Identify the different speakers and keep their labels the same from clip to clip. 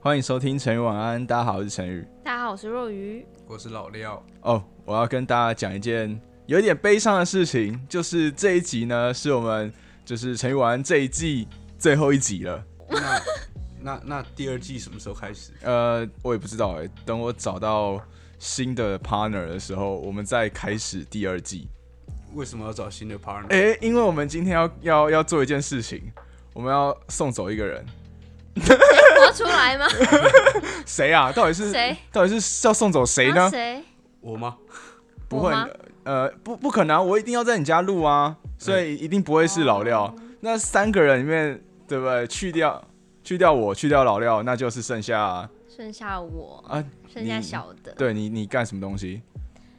Speaker 1: 欢迎收听成语晚安，大家好，我是成语。
Speaker 2: 大家好，我是 若愚。
Speaker 3: 我是老廖，
Speaker 1: 哦，我要跟大家讲一件有一点悲伤的事情，就是这一集呢，是我们就是成语晚安这一季最后一集了。
Speaker 3: 那那那第二季什么时候开始？
Speaker 1: 呃，我也不知道哎、等我找到新的 partner 的时候，我们再开始第二季。
Speaker 3: 为什么要找新的 partner？、
Speaker 1: 哎、因为我们今天要要要做一件事情，我们要送走一个人，
Speaker 2: 我要出来吗？
Speaker 1: 谁啊？到底是
Speaker 2: 谁？
Speaker 1: 到底是要送走谁
Speaker 2: 然后
Speaker 1: 呢？
Speaker 2: 啊谁？
Speaker 3: 我吗？
Speaker 1: 不
Speaker 2: 我
Speaker 1: 会
Speaker 2: 吗，
Speaker 1: 呃，不不可能啊、我一定要在你家录啊，所以一定不会是老
Speaker 2: 哦
Speaker 1: 廖。那三个人里面，对不对？去掉去掉我，去掉老廖，那就是剩下啊，
Speaker 2: 剩下我，
Speaker 1: 啊
Speaker 2: 剩下
Speaker 1: 你
Speaker 2: 小的。
Speaker 1: 对你你干什么东西？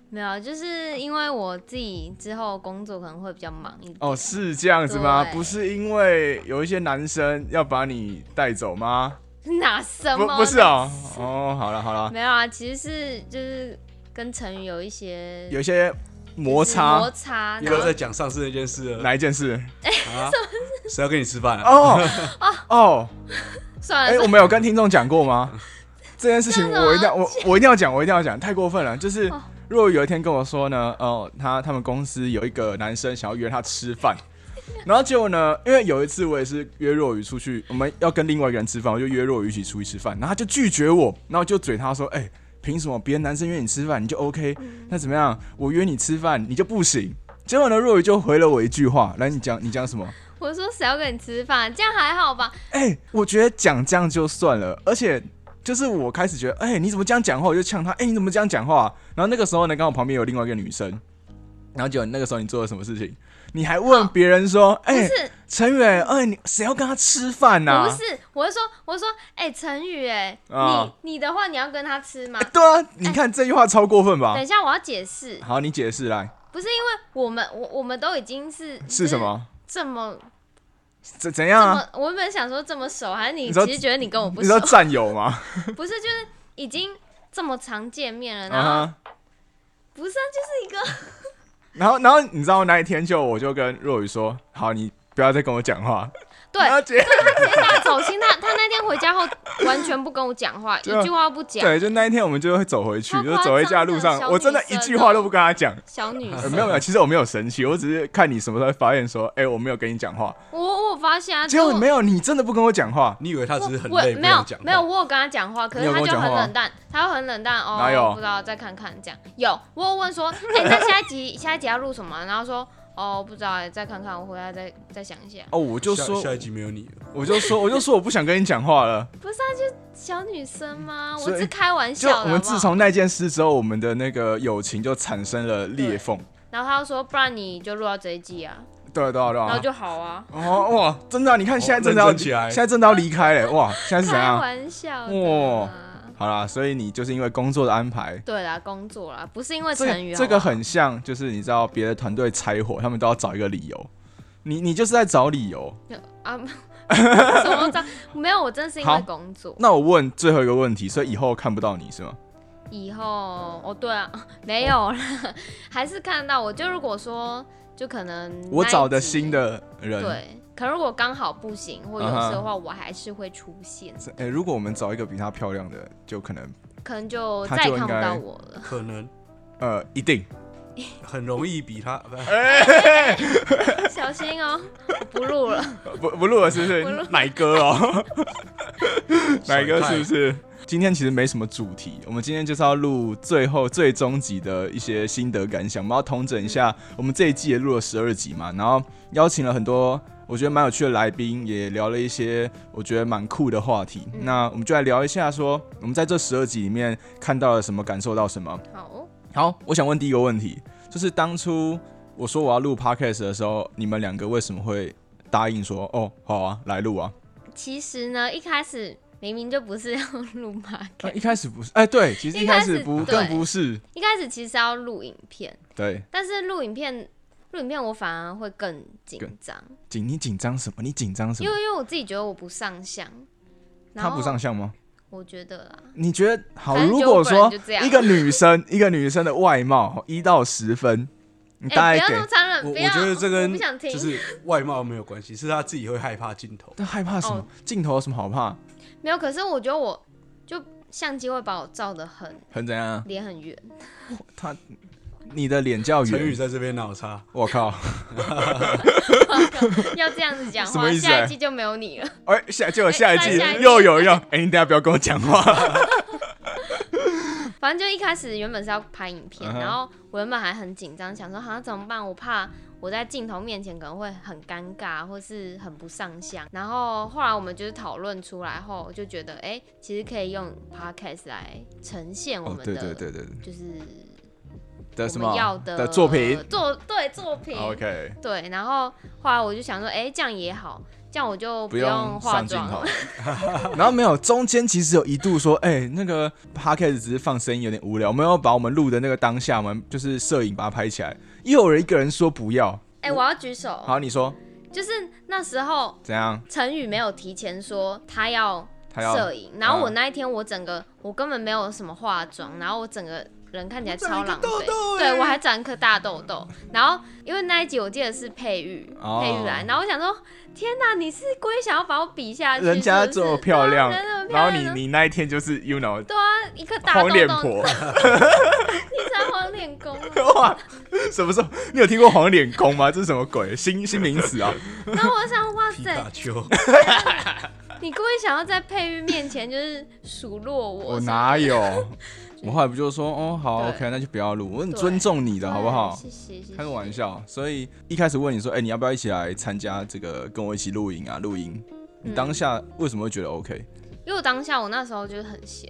Speaker 2: 没有，就是因为我自己之后工作可能会比较忙一点。
Speaker 1: 哦，是这样子吗？
Speaker 2: 对
Speaker 1: 不是因为有一些男生要把你带走吗？
Speaker 2: 哪什
Speaker 1: 不
Speaker 2: 么？
Speaker 1: 不是 哦，哦，好了好了，
Speaker 2: 没有啊，其实是就是跟成语有一些
Speaker 1: 有一些摩
Speaker 2: 摩
Speaker 1: 擦，
Speaker 2: 擦。
Speaker 3: 不
Speaker 2: 然
Speaker 3: 要
Speaker 2: 后
Speaker 3: 再讲上次那件事了。
Speaker 1: 哪一件事？
Speaker 3: 啊，谁要跟你吃饭啊？
Speaker 1: 哦哦，
Speaker 2: 算
Speaker 1: 哎、
Speaker 2: 了，
Speaker 1: 我们有跟听众讲过 吗？这件事情
Speaker 2: 真的吗
Speaker 1: 我一定 要我我一定要讲，我一定要讲，太过分了。就是
Speaker 2: 哦
Speaker 1: 如果有一天跟我说呢，哦，他他们公司有一个男生想要约他吃 饭，然后结果呢，因为有一次我也是约若雨出去，我们要跟另外一个人吃饭，我就约若雨一起出去吃饭，然后他就拒绝我，然后我就嘴他说，哎、凭什么别的男生约你吃饭你就 OK，那
Speaker 2: 嗯
Speaker 1: 怎么样？我约你吃饭你就不行？结果呢，若雨就回了我一句话，来，你讲你讲什么？
Speaker 2: 我说谁要跟你吃饭？这样还好吧？
Speaker 1: 哎、我觉得讲这样就算了，而且就是我开始觉得，哎、你怎么这样讲话？我就呛他，哎、你怎么这样讲话、然后那个时候呢，刚好旁边有另外一个女生，然后结果那个时候你做了什么事情？你还问别人说，
Speaker 2: 不
Speaker 1: 哎、
Speaker 2: 是
Speaker 1: 陈远，哎、你谁要跟他吃饭啊呐、
Speaker 2: 不是，我是说我是说，哎，成语哎，
Speaker 1: 啊
Speaker 2: 你你的话你要跟他吃吗
Speaker 1: 哎？对啊，你看这句话超过分吧？
Speaker 2: 等一下我要解释，
Speaker 1: 好，你解释来
Speaker 2: 不是因为我们我我们都已经是
Speaker 1: 是什？么？
Speaker 2: 就是这么
Speaker 1: 怎怎
Speaker 2: 这
Speaker 1: 样啊？
Speaker 2: 嗯么，我原本想说这么熟，还是你
Speaker 1: 你说
Speaker 2: 其实觉得你跟我不
Speaker 1: 你知道
Speaker 2: 熟？
Speaker 1: 战友吗？
Speaker 2: 不是，就是已经这么常见面了，然后
Speaker 1: 啊哈。
Speaker 2: 不是啊，就是 一个
Speaker 1: 然后，然后你知道那一天就我就跟若雨说，好，你不要再跟我讲话。
Speaker 2: 对
Speaker 1: 然后结
Speaker 2: 直接大走心。他他那天回家后完全不跟我讲话，
Speaker 1: 对啊
Speaker 2: 一句话都不讲。
Speaker 1: 对，就那一天我们就会走回去，
Speaker 2: 超
Speaker 1: 就
Speaker 2: 夸
Speaker 1: 走回家
Speaker 2: 张
Speaker 1: 路
Speaker 2: 的
Speaker 1: 上，
Speaker 2: 小
Speaker 1: 我真
Speaker 2: 女
Speaker 1: 的一
Speaker 2: 生
Speaker 1: 句话
Speaker 2: 哦
Speaker 1: 都不跟他讲。
Speaker 2: 小 女
Speaker 1: 呃
Speaker 2: 生，
Speaker 1: 没有没有，其实我没有生气，我只是看你什么时候发现说，哎、我没有跟你讲话。
Speaker 2: 我我发现啊，
Speaker 1: 结果
Speaker 2: 就
Speaker 1: 没有，你真的不跟我讲话，
Speaker 3: 你以为他只是很
Speaker 2: 我
Speaker 3: 累，
Speaker 2: 没
Speaker 3: 有
Speaker 2: 有
Speaker 3: 讲话
Speaker 2: 没有，我有跟他讲话，可
Speaker 1: 你
Speaker 2: 是
Speaker 1: 有
Speaker 2: 他
Speaker 1: 跟我
Speaker 2: 就
Speaker 1: 讲
Speaker 2: 很
Speaker 1: 话吗
Speaker 2: 冷淡，他会很冷淡哦
Speaker 1: 哪有，
Speaker 2: 不知道再看看这样。有，我有问说，哎、那下一集下一集要录什么？然后说，哦，不知道哎，再看看，我回来再再想一下。
Speaker 1: 哦，我就
Speaker 3: 下
Speaker 1: 说，
Speaker 3: 下一集没有你了。
Speaker 1: 我就说，我就说我不想跟你讲话 了。
Speaker 2: 不是啊，就小女生嘛，我
Speaker 1: 所以
Speaker 2: 是开玩
Speaker 1: 就
Speaker 2: 笑的好
Speaker 1: 我
Speaker 2: 不好
Speaker 1: 们自从那件事之后，我们的那个友情就产生了裂缝。
Speaker 2: 然后他就说，不然你就录到这一季啊，
Speaker 1: 对啊对啊对
Speaker 2: 然后
Speaker 1: 啊。
Speaker 2: 就好啊，
Speaker 1: 哦哇，真的啊、你看
Speaker 3: 哦
Speaker 1: 现在真的要
Speaker 3: 认真起来
Speaker 1: 现在真的要离开了，哇，现在是怎
Speaker 2: 开
Speaker 1: 样？
Speaker 2: 玩笑的
Speaker 1: 哇
Speaker 2: 啊。
Speaker 1: 好啦，所以你就是因为工作的安排，
Speaker 2: 对啦，工作啦，不是因为
Speaker 1: 这
Speaker 2: 成语
Speaker 1: 个
Speaker 2: 好
Speaker 1: 这
Speaker 2: 不
Speaker 1: 个
Speaker 2: 好
Speaker 1: 很像，就是你知道别的团队拆伙，他们都要找一个理由。你你就是在找理由。
Speaker 2: 啊， 什么招？没有，我真是因
Speaker 1: 好
Speaker 2: 为工作。
Speaker 1: 那我问最后一个问题，所以以后看不到你是吗？
Speaker 2: 以后哦，对啊， 没有了， 还是看到我。就如果说，就可能
Speaker 1: 我
Speaker 2: 那一
Speaker 1: 找的
Speaker 2: 集
Speaker 1: 新的人，
Speaker 2: 对，可如果刚好不行或有
Speaker 1: 嗯哼
Speaker 2: 事的话，我还是会出现，
Speaker 1: 是，哎、如果我们找一个比她漂亮的，就可能
Speaker 2: 可能就
Speaker 1: 他
Speaker 2: 再也
Speaker 1: 就应
Speaker 2: 看不
Speaker 1: 该
Speaker 2: 到我了。
Speaker 3: 可能
Speaker 1: 呃，一定
Speaker 3: 很容易比他，
Speaker 2: 哎
Speaker 3: 哎不是
Speaker 2: 小心哦，我不录了。
Speaker 1: 呃不不录了，是不
Speaker 2: 不录
Speaker 1: 是？奶哥 哦，奶哥
Speaker 3: 甩
Speaker 1: 是
Speaker 3: 开
Speaker 1: 不是？今天其实没什么主题，我们今天就是要录最后最终集的一些心得感想，我们要统整一下，
Speaker 2: 嗯
Speaker 1: 我们这一季也录了十二集嘛，然后邀请了很多我觉得蛮有趣的来宾，也聊了一些我觉得蛮酷的话题。
Speaker 2: 嗯
Speaker 1: 那我们就来聊一下说我们在这十二集里面看到了什么，感受到什么。
Speaker 2: 好哦，
Speaker 1: 好，我想问第一个问题，就是当初我说我要录 podcast 的时候，你们两个为什么会答应说哦好啊来录啊？
Speaker 2: 其实呢，一开始明明就不是要 录 p o
Speaker 1: 呃一开始不是，哎、对，其实一
Speaker 2: 一开
Speaker 1: 开
Speaker 2: 始
Speaker 1: 始不
Speaker 2: 对
Speaker 1: 更不是，
Speaker 2: 一开始其实要录影片，
Speaker 1: 对，
Speaker 2: 但是录影片。录影片我反而会更紧
Speaker 1: 更
Speaker 2: 张，
Speaker 1: 紧你紧张什么？你紧张什
Speaker 2: 因
Speaker 1: 么
Speaker 2: 为？因为我自己觉得我不上相，然
Speaker 1: 他
Speaker 2: 后
Speaker 1: 不上相吗？
Speaker 2: 我觉得啦，
Speaker 1: 你觉得好？
Speaker 2: 反正
Speaker 1: 如
Speaker 2: 就
Speaker 1: 果
Speaker 2: 不然
Speaker 1: 说
Speaker 2: 就这样
Speaker 1: 一个女生，一个女生的外貌一到十分，你大
Speaker 2: 哎，
Speaker 1: 概
Speaker 2: 不要
Speaker 1: 给
Speaker 2: 那么残忍，不
Speaker 3: 我我
Speaker 2: 要。
Speaker 3: 觉得这
Speaker 2: 我
Speaker 3: 跟
Speaker 2: 不想听，
Speaker 3: 就是外貌没有关系，是他自己会害怕镜头。
Speaker 1: 但害怕什么
Speaker 2: 哦？
Speaker 1: 镜头有什么好怕？
Speaker 2: 没有。可是我觉得我就相机会把我照得很
Speaker 1: 很怎样啊？
Speaker 2: 脸 很圆，
Speaker 1: 他你的脸较
Speaker 3: 陈宇
Speaker 1: 圆，
Speaker 3: 在这边脑差，
Speaker 1: 我靠！
Speaker 2: 要这样子讲
Speaker 1: 什
Speaker 2: 话，
Speaker 1: 么意思
Speaker 2: 下
Speaker 1: 哎
Speaker 2: 一季就没有你了。
Speaker 1: 哎、下结果下一
Speaker 2: 哎
Speaker 1: 季
Speaker 2: 再下一季
Speaker 1: 又有一样，哎、你等一下不要跟我讲 话。
Speaker 2: 反正就一开始原本是要拍影片，
Speaker 1: 嗯哼
Speaker 2: 然后我原本还很紧张，想说好像、怎么办？我怕我在镜头面前可能会很尴尬，或是很不上相。然后后来我们就是讨论出来后，就觉得哎、诶其实可以用 podcast 来呈现我
Speaker 1: 哦
Speaker 2: 们，的，
Speaker 1: 对对对对，
Speaker 2: 就是
Speaker 1: 的什
Speaker 2: 我们
Speaker 1: 么
Speaker 2: 要的
Speaker 1: 的作品哦
Speaker 2: 作对作品
Speaker 1: ？OK，
Speaker 2: 对。然后后来我就想说，哎、这样也好，这样我就
Speaker 1: 不
Speaker 2: 用
Speaker 1: 用
Speaker 2: 化
Speaker 1: 上镜
Speaker 2: 妆
Speaker 1: 头
Speaker 2: 了。。
Speaker 1: 然后没有，中间其实有一度说，哎、那个 podcast 只是放声音有点无聊，我们要把我们录的那个当下，我们就是摄影把它拍起来。又有人一个人说不要，
Speaker 2: 哎、我要举手，
Speaker 1: 好，你说
Speaker 2: 就是那时候
Speaker 1: 怎样？
Speaker 2: 陈宇没有提前说他要
Speaker 1: 他要
Speaker 2: 摄影，然后我
Speaker 1: 嗯
Speaker 2: 那一天我整个我根本没有什么化妆，然后我整个人看起来超狼狈，
Speaker 3: 长一个痘痘欸
Speaker 2: 对我还长一颗大痘痘。然后因为那一集我记得是佩玉，
Speaker 1: 哦
Speaker 2: 佩玉来，然后我想说，天哪，你是故意想要把我比下去？
Speaker 1: 人家
Speaker 2: 是不是
Speaker 1: 这么漂亮，
Speaker 2: 对啊人家这么漂
Speaker 1: 然后
Speaker 2: 亮
Speaker 1: 你你那一天就是 you know
Speaker 2: 对啊，一颗大痘
Speaker 1: 黄脸
Speaker 2: 痘，
Speaker 1: 婆，
Speaker 2: 你才黄脸公啊。
Speaker 1: 哇，什么时候你有听过黄脸公吗？这是什么鬼新新名词啊？
Speaker 2: 然后我想，哇
Speaker 3: 皮
Speaker 2: 塞
Speaker 3: 卡，丘，
Speaker 2: 你故意想要在佩玉面前就是数落我，
Speaker 1: 我哦
Speaker 2: 是
Speaker 1: 哪有？ 我后来不就说哦好
Speaker 2: 对
Speaker 1: OK，那就不要录，我很
Speaker 2: 对啊
Speaker 1: 尊重你的好不好？
Speaker 2: 对谢谢，谢谢
Speaker 1: 开个玩。笑，所以一开始问你说，哎、你要不要一起来参加这个，跟我一起露营啊？露营，
Speaker 2: 嗯
Speaker 1: 你当下为什么会觉得 OK？、
Speaker 2: 因为我当下我那时候就是很闲，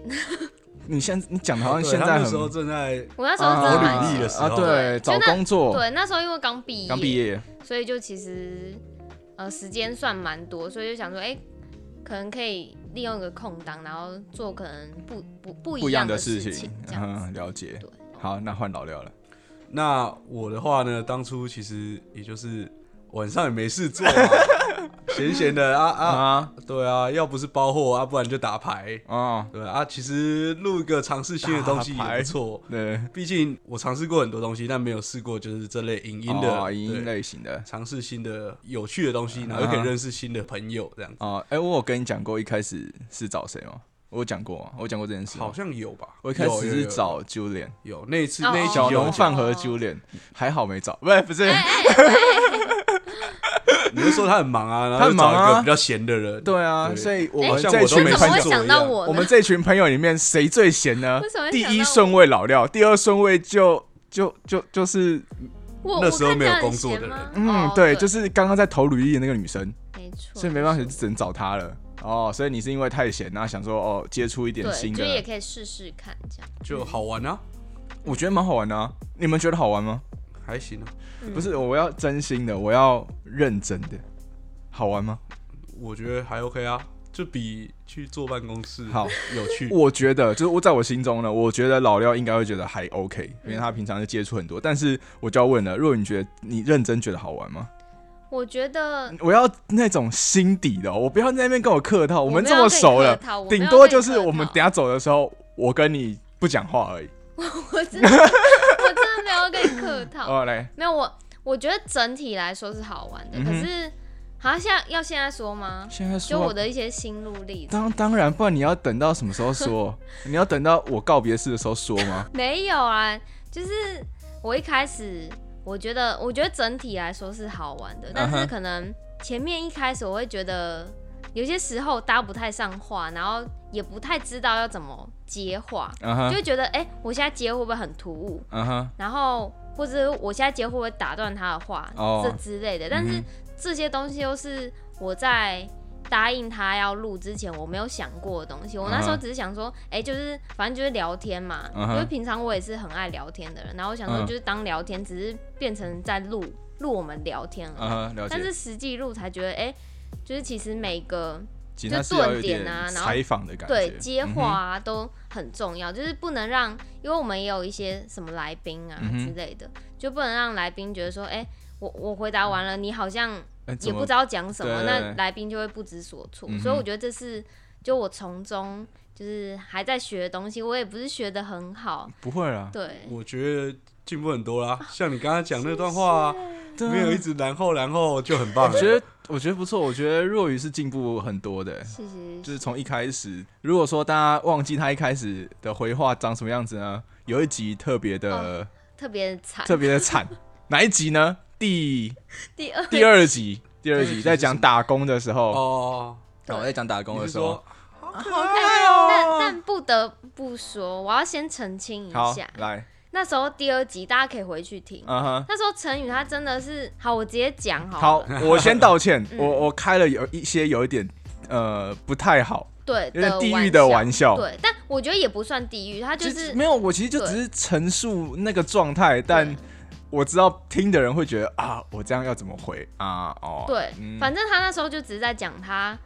Speaker 1: 你现你讲的好像
Speaker 3: 对
Speaker 1: 现
Speaker 3: 他
Speaker 1: 在
Speaker 3: 那时候
Speaker 1: 很
Speaker 3: 正在
Speaker 2: 我那时候
Speaker 1: 啊
Speaker 2: 真的蛮
Speaker 3: 投
Speaker 2: 闲
Speaker 3: 履历的时候
Speaker 1: 啊，对，
Speaker 2: 啊对
Speaker 1: 找
Speaker 2: 就那
Speaker 1: 工作，
Speaker 2: 对，那时候因为刚毕业，
Speaker 1: 哦刚毕业，
Speaker 2: 所以就其实呃时间算蛮多，所以就想说，哎、可能可以利用一个空档，然后做可能不不不
Speaker 1: 不
Speaker 2: 一
Speaker 1: 一样
Speaker 2: 的
Speaker 1: 的事
Speaker 2: 情，
Speaker 1: 情，
Speaker 2: 这样子。
Speaker 1: 嗯，了解。
Speaker 2: 对，
Speaker 1: 好，那换老廖了。
Speaker 3: 那我的话呢，当初其实也就是晚上也没事 做嘛，闲闲的啊啊，
Speaker 1: 啊
Speaker 3: 对啊，要不是包货啊，不然就打牌。
Speaker 1: 哦，
Speaker 3: 对啊，其实录一个尝试新的东西
Speaker 1: 打牌
Speaker 3: 也不错。
Speaker 1: 对，
Speaker 3: 毕竟我尝试过很多东西，但没有试过就是这类影音的
Speaker 1: 哦影音
Speaker 3: 对
Speaker 1: 类啊型的。
Speaker 3: 尝试新的有趣的东西，然后又可以认识新的朋友，这样子
Speaker 1: 哦，哎，我有跟你讲过一开始是找谁吗？我有讲过吗？我有讲过这件事吗。
Speaker 3: 好像有吧？
Speaker 1: 我一开
Speaker 3: 有
Speaker 1: 始
Speaker 3: 有
Speaker 1: 是
Speaker 3: 有
Speaker 1: 找 Julian，
Speaker 3: 有那一次
Speaker 2: 哦
Speaker 3: 那一集
Speaker 1: 小
Speaker 3: 有
Speaker 1: 龙
Speaker 3: 讲，
Speaker 1: 饭盒 Julian，还好没找，不是
Speaker 2: 哎
Speaker 1: 不是，
Speaker 3: 你就说他很忙啊，然
Speaker 1: 他
Speaker 3: 后
Speaker 1: 很
Speaker 3: 就
Speaker 1: 忙
Speaker 3: 找
Speaker 1: 啊
Speaker 3: 一个比较闲的人。
Speaker 1: 对啊，
Speaker 3: 对
Speaker 1: 所以我
Speaker 2: 哎
Speaker 1: 们
Speaker 3: 像
Speaker 1: 这
Speaker 3: 我都
Speaker 1: 群
Speaker 2: 你
Speaker 3: 没
Speaker 2: 怎
Speaker 1: 朋
Speaker 2: 么
Speaker 1: 友
Speaker 2: 会
Speaker 3: 看
Speaker 2: 想到我
Speaker 1: 我
Speaker 2: 呢？
Speaker 1: 们这群朋友里面谁最闲呢
Speaker 2: 为什么？会
Speaker 1: 第
Speaker 2: 想到
Speaker 1: 一
Speaker 2: 我
Speaker 1: 顺位老廖，第二顺位就就就就是，
Speaker 2: 我
Speaker 3: 那时
Speaker 2: 我
Speaker 3: 候
Speaker 2: 看
Speaker 3: 没有
Speaker 2: 起来很
Speaker 3: 工作
Speaker 2: 闲
Speaker 3: 的人
Speaker 2: 吗
Speaker 1: 嗯
Speaker 2: 哦，
Speaker 1: 对，
Speaker 2: 对，
Speaker 1: 就是刚刚在投履历的那个女生，
Speaker 2: 没错，
Speaker 1: 所以没办法，就
Speaker 2: 错
Speaker 1: 只能找她了。哦，所以你是因为太闲，然后想说哦，接触一点
Speaker 2: 对，
Speaker 1: 新
Speaker 2: 就是也
Speaker 1: 的，
Speaker 2: 可以试试看这样。
Speaker 3: 就好玩啊，
Speaker 1: 我觉得蛮好玩的啊。你们觉得好玩吗？
Speaker 3: 还行啊，
Speaker 2: 嗯
Speaker 1: 不是，我要真心的，我要认真的，好玩吗？
Speaker 3: 我觉得还 OK 啊，就比去坐办公室
Speaker 1: 好
Speaker 3: 有
Speaker 2: 嗯
Speaker 3: 趣。
Speaker 1: 我觉得，就是我在我心中呢，我觉得老廖应该会觉得还 OK，因
Speaker 2: 嗯
Speaker 1: 为他平常就接触很多。但是我就要问了，如果你觉得你认真觉得好玩吗？
Speaker 2: 我觉得
Speaker 1: 我要那种心底的哦、我不要在那边跟我客套，
Speaker 2: 没
Speaker 1: 们
Speaker 2: 有
Speaker 1: 这么熟
Speaker 2: 跟你
Speaker 1: 了
Speaker 2: 客套我，没有
Speaker 1: 顶多
Speaker 2: 跟你
Speaker 1: 就是
Speaker 2: 客
Speaker 1: 我们
Speaker 2: 套
Speaker 1: 等下走的时候，我跟你不讲话而已。
Speaker 2: 我真的我真的没有跟你客 套，
Speaker 1: 哦，来，
Speaker 2: 没有我我觉得整体来说是好玩的，
Speaker 1: 嗯
Speaker 2: 可
Speaker 1: 哼
Speaker 2: 是好像现在要现在说吗？
Speaker 1: 现在
Speaker 2: 就
Speaker 1: 说
Speaker 2: 我
Speaker 1: 啊。
Speaker 2: 的一些心路历程。
Speaker 1: 当当然，不然你要等到什么时候说？你要等到我告别式的时候说 吗？
Speaker 2: 没有啊，就是我一开始我觉得，我觉得整体来说是好玩的，但
Speaker 1: 嗯
Speaker 2: 是
Speaker 1: 哼
Speaker 2: 可能前面一开始我会觉得有些时候搭不太上话，然后也不太知道要怎么接话，
Speaker 1: 嗯
Speaker 2: 就
Speaker 1: 哼，
Speaker 2: 会觉得哎、诶我现在接会不会很突兀？
Speaker 1: 嗯哼，
Speaker 2: 然后或者我现在接会不会打断他的话，
Speaker 1: 哦
Speaker 2: 这之类的。但是
Speaker 1: 嗯
Speaker 2: 这些东西都是我在答应他要录之前我没有想过的东西。我那时候
Speaker 1: 嗯哼
Speaker 2: 只是想说，哎、就是反正就是聊天嘛，
Speaker 1: 嗯哼
Speaker 2: 因为平常我也是很爱聊天的人。然后我想说，
Speaker 1: 嗯
Speaker 2: 就是当聊天，只是变成在录录我们聊天而
Speaker 1: 嗯
Speaker 2: 已
Speaker 1: 哼，了
Speaker 2: 但
Speaker 1: 解
Speaker 2: 是。实际录才觉得，哎、就是其实每个
Speaker 1: 其实它
Speaker 2: 就是
Speaker 1: 要有
Speaker 2: 顿点啊然后
Speaker 1: 采访的感觉，
Speaker 2: 对接
Speaker 1: 嗯哼
Speaker 2: 话啊、都很重要，就是不能让，因为我们也有一些什么来宾啊
Speaker 1: 嗯哼
Speaker 2: 之类的，就不能让来宾觉得说，哎、我我回答完了，你好像
Speaker 1: 哎怎
Speaker 2: 也不
Speaker 1: 么
Speaker 2: 知道讲什么，
Speaker 1: 对对对
Speaker 2: 那来宾就会不知所措。
Speaker 1: 嗯哼
Speaker 2: 所以我觉得这是就我从中就是还在学的东西，我也不是学的很好，
Speaker 1: 不会啊？
Speaker 2: 对，
Speaker 3: 我觉得进步很多啦，像你刚刚讲那段话啊，没有一直然后然后就很棒
Speaker 1: 我
Speaker 3: 了。
Speaker 1: 觉得我觉得不错，我觉得若雨是进步很多的、
Speaker 2: 谢谢。
Speaker 1: 就是从一开始，如果说大家忘记他一开始的回话长什么样子呢？有一集特别的、
Speaker 2: 哦特别惨。
Speaker 1: 特别的惨，哪一集呢？第
Speaker 2: 第二
Speaker 1: 第二集，第二
Speaker 3: 第二集
Speaker 1: 集
Speaker 3: 是
Speaker 1: 在讲打工的时候，
Speaker 3: 哦，
Speaker 1: 哦，在讲打工
Speaker 3: 你
Speaker 1: 的
Speaker 3: 是
Speaker 1: 时候
Speaker 3: 说，
Speaker 1: 哎
Speaker 2: 但但不得不说，我要先澄清一
Speaker 1: 好
Speaker 2: 下，，
Speaker 1: 来，
Speaker 2: 那时候第二集大家可以回去听。
Speaker 1: 嗯哼。
Speaker 2: 那时候陈宇他真的是，好，我直接讲好
Speaker 1: 好
Speaker 2: 了。，
Speaker 1: 我先道歉，
Speaker 2: 嗯
Speaker 1: 我我开了有一些有一点呃不太好，
Speaker 2: 对，
Speaker 1: 有点
Speaker 2: 的
Speaker 1: 地狱的玩笑。
Speaker 2: 对，但我觉得也不算地狱，他就
Speaker 1: 就是没有，我其实就只是陈述那个状态，但我知道听的人会觉得啊，我这样要怎么回啊？哦，
Speaker 2: 对，
Speaker 1: 嗯
Speaker 2: 反正他那时候就只是在讲他，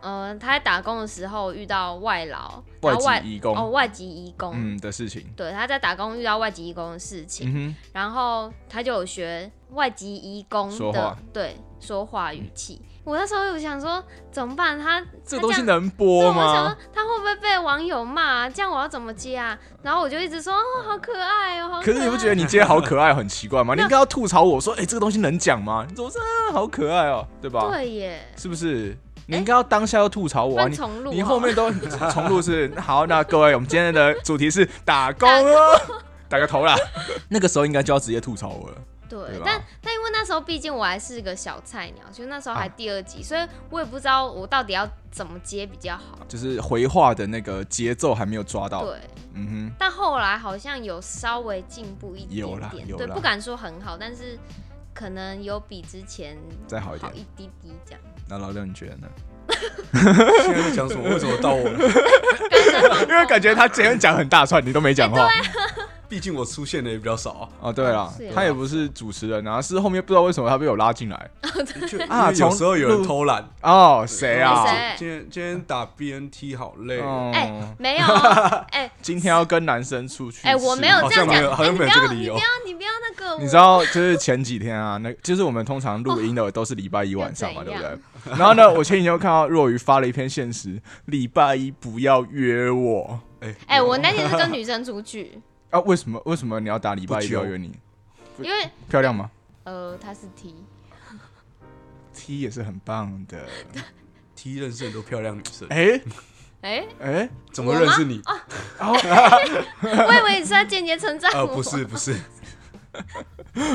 Speaker 2: 呃，他在打工的时候遇到外劳，
Speaker 1: 外
Speaker 2: 然后外
Speaker 1: 籍移工
Speaker 2: 哦，外籍移工，
Speaker 1: 嗯的事情，
Speaker 2: 对，他在打工遇到外籍移工的事情，
Speaker 1: 嗯
Speaker 2: 然后他就有学外籍移工
Speaker 1: 说
Speaker 2: 的
Speaker 1: 话
Speaker 2: 对说话语气。我那时候有想说怎么办，他
Speaker 1: 哼，这个
Speaker 2: 他
Speaker 1: 东西
Speaker 2: 样
Speaker 1: 能
Speaker 2: 对，啊
Speaker 1: 播
Speaker 2: 我想
Speaker 1: 吗
Speaker 2: 说？他会不会被网友骂、啊？这样我要怎么接啊？然后我就一直说哦，好可爱哦，好
Speaker 1: 可是你不觉得你今天好可爱很奇怪 吗？你应该要吐槽我说，哎、这个东西能讲吗？你怎么这样好可爱哦、对吧？
Speaker 2: 得对耶？
Speaker 1: 是不是？你应该要当下要吐槽
Speaker 2: 不
Speaker 1: 我、啊，
Speaker 2: 然
Speaker 1: 你
Speaker 2: 重录
Speaker 1: 你
Speaker 2: 好
Speaker 1: 后
Speaker 2: 了
Speaker 1: 面 都重录是好，那各位，我们今天的主题是打工哦，打个头啦。 那个时候应该就要直接吐槽我了，对
Speaker 2: 对
Speaker 1: 吧，
Speaker 2: 但但因为那时候毕竟我还是个小菜鸟，就那时候还
Speaker 1: 啊
Speaker 2: 第二集，所以我也不知道我到底要怎么接比较好。
Speaker 1: 就是回话的那个节奏还没有抓到。
Speaker 2: 对，
Speaker 1: 嗯
Speaker 2: 但后来好像有稍微进步一点
Speaker 1: 有啦
Speaker 2: 点，
Speaker 1: 有
Speaker 2: 对，
Speaker 1: 啦
Speaker 2: 不敢说很好，但是可能有比之前
Speaker 1: 再好一点
Speaker 2: 好一滴滴这样。
Speaker 1: 哼，那老六你觉得呢？
Speaker 3: 现在在讲什么？为什么到 我了？
Speaker 1: 因为感觉他今天讲很大串，你都没讲 话。
Speaker 3: 毕竟我出现的也比较少啊。
Speaker 1: 哦，对了
Speaker 2: 是啊，
Speaker 1: 他也不是主持人啊，是后面不知道为什么他被我拉进来。
Speaker 3: 就
Speaker 1: 啊
Speaker 3: 因为有
Speaker 1: 从
Speaker 3: 时候有人
Speaker 1: 录
Speaker 3: 偷懒。
Speaker 1: 哦，谁啊？
Speaker 2: 谁
Speaker 3: 今天今天打 BNT 好累哦。
Speaker 1: 哦
Speaker 2: 哎、没有 哦，哎、
Speaker 1: 今天要跟男生出去吃。
Speaker 2: 哎、我没有
Speaker 3: 好
Speaker 2: 这
Speaker 3: 像
Speaker 2: 样
Speaker 3: 没有
Speaker 2: 讲，
Speaker 3: 好
Speaker 2: 哎
Speaker 3: 像
Speaker 2: 你
Speaker 3: 没
Speaker 2: 不
Speaker 3: 有这个
Speaker 2: 要，
Speaker 3: 理
Speaker 2: 你
Speaker 3: 由
Speaker 2: 不要，你不要那个我，
Speaker 1: 你知道，就是前几天啊，那就是我们通常录音的都是礼拜一晚上嘛，
Speaker 2: 哦
Speaker 1: 对
Speaker 2: 怎
Speaker 1: 不
Speaker 2: 样
Speaker 1: 对？ 然后呢，我前几天就看到若愚发了一篇现实，礼拜一不要约我
Speaker 3: 哎
Speaker 2: 哎、我那天是跟女生出 去，
Speaker 1: 啊！为什么？为什么你要打礼拜一
Speaker 3: 不
Speaker 1: 不
Speaker 3: 久
Speaker 1: 要约你？不
Speaker 2: 因为
Speaker 1: 漂亮吗
Speaker 2: 呃，她是 T，
Speaker 1: ？T 也是很棒的。
Speaker 3: T 认识很多漂亮女生，
Speaker 1: 哎
Speaker 2: 哎、
Speaker 1: 哎，
Speaker 3: 怎么认识你？
Speaker 2: 哦我以为你是在间接称赞我、
Speaker 3: 呃，不是不是，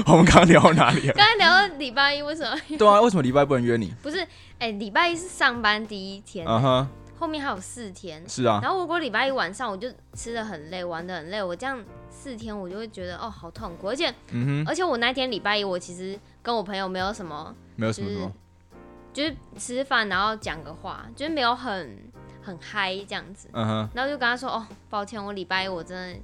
Speaker 1: 我们刚刚聊到哪里啊？
Speaker 2: 刚才聊到礼拜一，为什么
Speaker 1: 对啊，为什么礼拜不能约你？
Speaker 2: 不是？哎、礼拜一是上班第一天，
Speaker 3: 啊
Speaker 1: 嗯哼，
Speaker 2: 后面还有四天。
Speaker 1: 是啊，
Speaker 2: 然后如果礼拜一晚上我就吃的很累，玩的很累，我这样四天我就会觉得哦好痛苦，而且、
Speaker 1: 嗯哼，
Speaker 2: 而且我那天礼拜一我其实跟我朋友没有什么，
Speaker 1: 没有什
Speaker 2: 就
Speaker 1: 么什
Speaker 2: 是
Speaker 1: 么。
Speaker 2: 就是吃饭然后讲个话，就是没有很很嗨这样子。
Speaker 1: 嗯哼，
Speaker 2: 然后就跟他说哦抱歉，我礼拜一我真的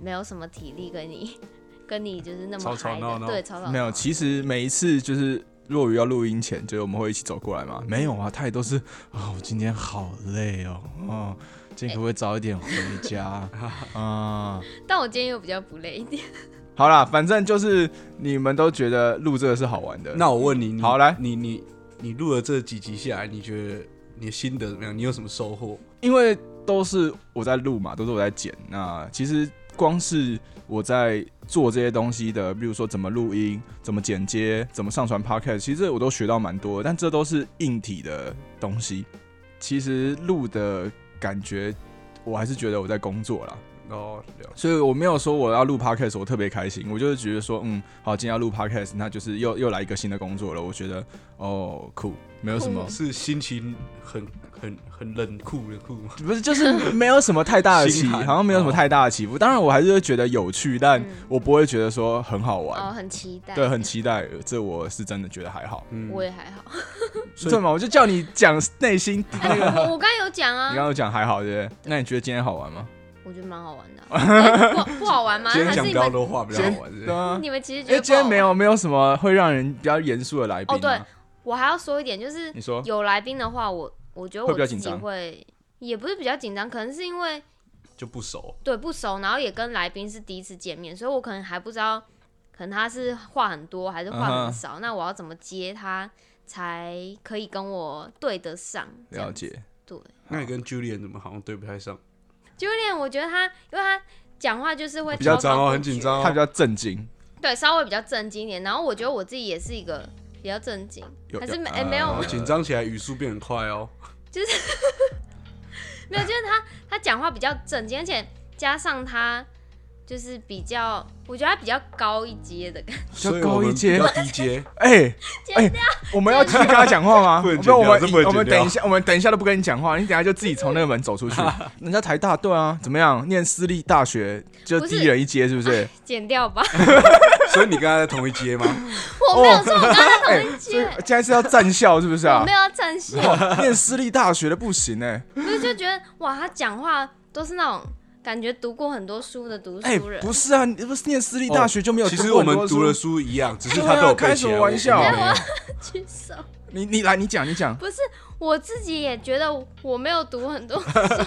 Speaker 2: 没有什么体力跟你 跟你就是那么
Speaker 3: 吵吵
Speaker 2: 嗨的，
Speaker 3: 闹闹
Speaker 2: 对吵吵
Speaker 1: 没有。
Speaker 2: 闹闹
Speaker 1: 其实每一次就是若愚要录音前，就是我们会一起走过来嘛。没有啊，他也都是啊，我今天好累哦，哦，今天可不可以早一点回家啊？
Speaker 2: 但我今天又比较不累一点。
Speaker 1: 好啦，反正就是你们都觉得录这个是好玩的。
Speaker 3: 那我问你，你
Speaker 1: 呃好来
Speaker 3: 你你你录了这几集下来，你觉得你的心得怎么样？你有什么收获？
Speaker 1: 因为都是我在录嘛，都是我在剪。那其实光是我在做这些东西的，比如说怎么录音、怎么剪接、怎么上传 podcast，其实我都学到蛮多的。但这都是硬体的东西，其实录的感觉，我还是觉得我在工作啦。
Speaker 3: 哦，了
Speaker 1: 所以我没有说我要录 podcast，我特别开心，我就是觉得说，嗯，好，今天要录 podcast，那就是又又来一个新的工作了。我觉得，哦，酷，没有什么
Speaker 2: 酷，
Speaker 3: 是心情很很很冷酷的酷吗？
Speaker 1: 不是，就是没有什么太大的起，
Speaker 3: 心寒
Speaker 1: 好像没有什么太大的起伏。当然，我还是会觉得有趣，但
Speaker 2: 嗯
Speaker 1: 我不会觉得说很好玩。
Speaker 2: 哦，很期待。
Speaker 1: 对，很期待，这我是真的觉得还好。
Speaker 3: 嗯，
Speaker 2: 我也还好。
Speaker 3: 所以
Speaker 1: 对嘛，我就叫你讲内心
Speaker 2: 啊
Speaker 1: 那个，你
Speaker 2: 我我刚刚有讲
Speaker 1: 刚
Speaker 2: 啊，
Speaker 1: 刚有讲还好，对不对？那你觉得今天好玩吗？
Speaker 2: 我觉得蛮好玩 的啊。哎不不好玩吗？
Speaker 3: 今天
Speaker 2: 还是
Speaker 3: 讲
Speaker 2: 你
Speaker 3: 比较
Speaker 2: 们
Speaker 3: 多话，比较好玩。是
Speaker 1: 对啊，
Speaker 2: 你们其实
Speaker 1: 因
Speaker 2: 觉
Speaker 1: 为
Speaker 2: 得
Speaker 1: 今天
Speaker 2: 不好玩
Speaker 1: 没。有没有什么会让人比较严肃的来宾、啊。
Speaker 2: 哦对，我还要说一点，就是
Speaker 1: 你说
Speaker 2: 有来宾的话，我我觉得
Speaker 1: 会比
Speaker 2: 我
Speaker 1: 较
Speaker 2: 自
Speaker 1: 紧
Speaker 2: 己
Speaker 1: 张
Speaker 2: 会也不是比较紧张，可能是因为
Speaker 3: 就不熟，
Speaker 2: 对不熟，然后也跟来宾是第一次见面，所以我可能还不知道，可能他是话很多还是话
Speaker 1: 嗯哼
Speaker 2: 很少，那我要怎么接他才可以跟我对得上？这样
Speaker 1: 了解。
Speaker 2: 对。
Speaker 3: 那你跟 Julian 怎么好像对不太上？
Speaker 2: Julian，我觉得他，因为他讲话就是会
Speaker 3: 比较
Speaker 2: 滔滔
Speaker 3: 张哦，
Speaker 2: 不
Speaker 3: 很
Speaker 2: 绝
Speaker 3: 紧张
Speaker 1: 他比
Speaker 3: 哦。
Speaker 1: 较震惊，
Speaker 2: 对，稍微比较正经一点。然后我觉得我自己也是一个比较正经，
Speaker 1: 有
Speaker 2: 还是
Speaker 1: 有
Speaker 2: 没、哎没有
Speaker 1: 呃
Speaker 3: 啊紧张起来语速变很快哦。
Speaker 2: 没有，就是他他讲话比较正经，而且加上他就是比较，我觉得他比较高一阶的感觉。
Speaker 1: 比
Speaker 3: 所
Speaker 1: 较
Speaker 3: 以我
Speaker 1: 高
Speaker 3: 们
Speaker 1: 一阶
Speaker 3: 比较低阶，
Speaker 1: 哎哎，我们要继续跟他讲话吗？
Speaker 3: 不
Speaker 1: 我
Speaker 3: 能剪掉
Speaker 1: 们我
Speaker 3: 这不
Speaker 1: 们我
Speaker 3: 能
Speaker 1: 们
Speaker 3: 剪掉
Speaker 1: 等一下，我们等一下都不跟你讲话，你等一下就自己从那个门走出 去。人家台大对啊，怎么样？念私立大学就
Speaker 2: 不是啊
Speaker 1: 低人一阶，是不是？
Speaker 2: 剪掉吧，
Speaker 3: 所以你跟他在同 一阶吗？
Speaker 2: 我没有说我刚刚在同
Speaker 1: 所
Speaker 2: 一
Speaker 1: 以
Speaker 2: 阶，
Speaker 1: 哎现在是要站校，是不是
Speaker 2: 我
Speaker 1: 啊
Speaker 2: 没？有要占 线，
Speaker 1: 念私立大学的不行哎，
Speaker 2: 我就就觉得哇，他讲话都是那种感觉读过很多书的读
Speaker 1: 哎
Speaker 2: 书，人。
Speaker 1: 不是啊，你不是念私立大学就没有
Speaker 3: 哦其
Speaker 1: 读过很
Speaker 3: 实
Speaker 1: 多
Speaker 3: 我
Speaker 1: 书？
Speaker 3: 们读的书一样，只是
Speaker 1: 对
Speaker 3: 他
Speaker 1: 啊
Speaker 3: 都有背
Speaker 1: 开
Speaker 3: 起
Speaker 1: 什
Speaker 3: 来。
Speaker 1: 么
Speaker 3: 我
Speaker 1: 玩笑啊
Speaker 3: 我没有
Speaker 2: 举手，
Speaker 1: 你你来，你讲，你讲。
Speaker 2: 不是我自己也觉得我没有读很多，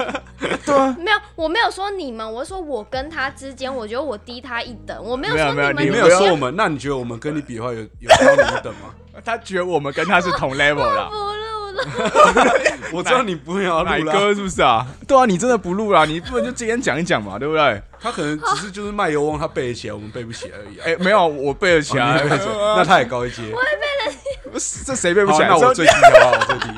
Speaker 1: 对啊，
Speaker 2: 没有，我没有说你们，我说我跟他之间，我觉得我低他一等，我没有说
Speaker 1: 没有
Speaker 2: 你
Speaker 1: 没有你
Speaker 2: 们
Speaker 3: 你没
Speaker 2: 之间，
Speaker 3: 有说我们，那你觉得我们跟你比的话有有高你一等吗？
Speaker 1: 他觉得我们跟他是同 level 啦
Speaker 2: 不。录了，
Speaker 3: 我知道你不会要
Speaker 1: 奶
Speaker 3: 录啦，
Speaker 1: 哥是不是啊？对啊，你真的不录啦，你不能就今天讲一讲嘛，对不对？
Speaker 3: 他可能只是就是卖油翁，他背得起来，我们背不起来而已啊。
Speaker 1: 哎、没有，我背得起来。
Speaker 3: 哦你也背 起来那他也高一阶。
Speaker 1: 不是 这谁背不
Speaker 3: 好，
Speaker 1: 起来？
Speaker 3: 那我
Speaker 1: 这
Speaker 3: 最低好不好？我最低。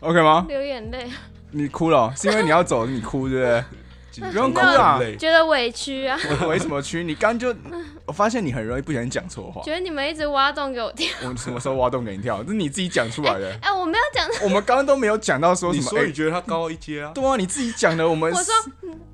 Speaker 1: OK 吗？
Speaker 2: 流眼泪，
Speaker 1: 你哭了哦、是因为你要走，你哭对不对？
Speaker 3: 紧
Speaker 1: 不用
Speaker 3: 张
Speaker 1: 哭啦
Speaker 3: 很累
Speaker 2: 觉得委屈 啊，
Speaker 1: 我为什么屈？你刚就 我发现你很容易不小心讲错话。
Speaker 2: 觉得你们一直挖洞给我跳，
Speaker 1: 我什么时候挖洞给你跳？这是你自己讲出来的。
Speaker 2: 哎、我没有讲，
Speaker 1: 我们刚刚都没有讲到说
Speaker 3: 你
Speaker 1: 什么。
Speaker 3: 说
Speaker 1: 哎
Speaker 3: 你觉得他高一阶啊？
Speaker 1: 对啊，你自己讲的，我们
Speaker 2: 我说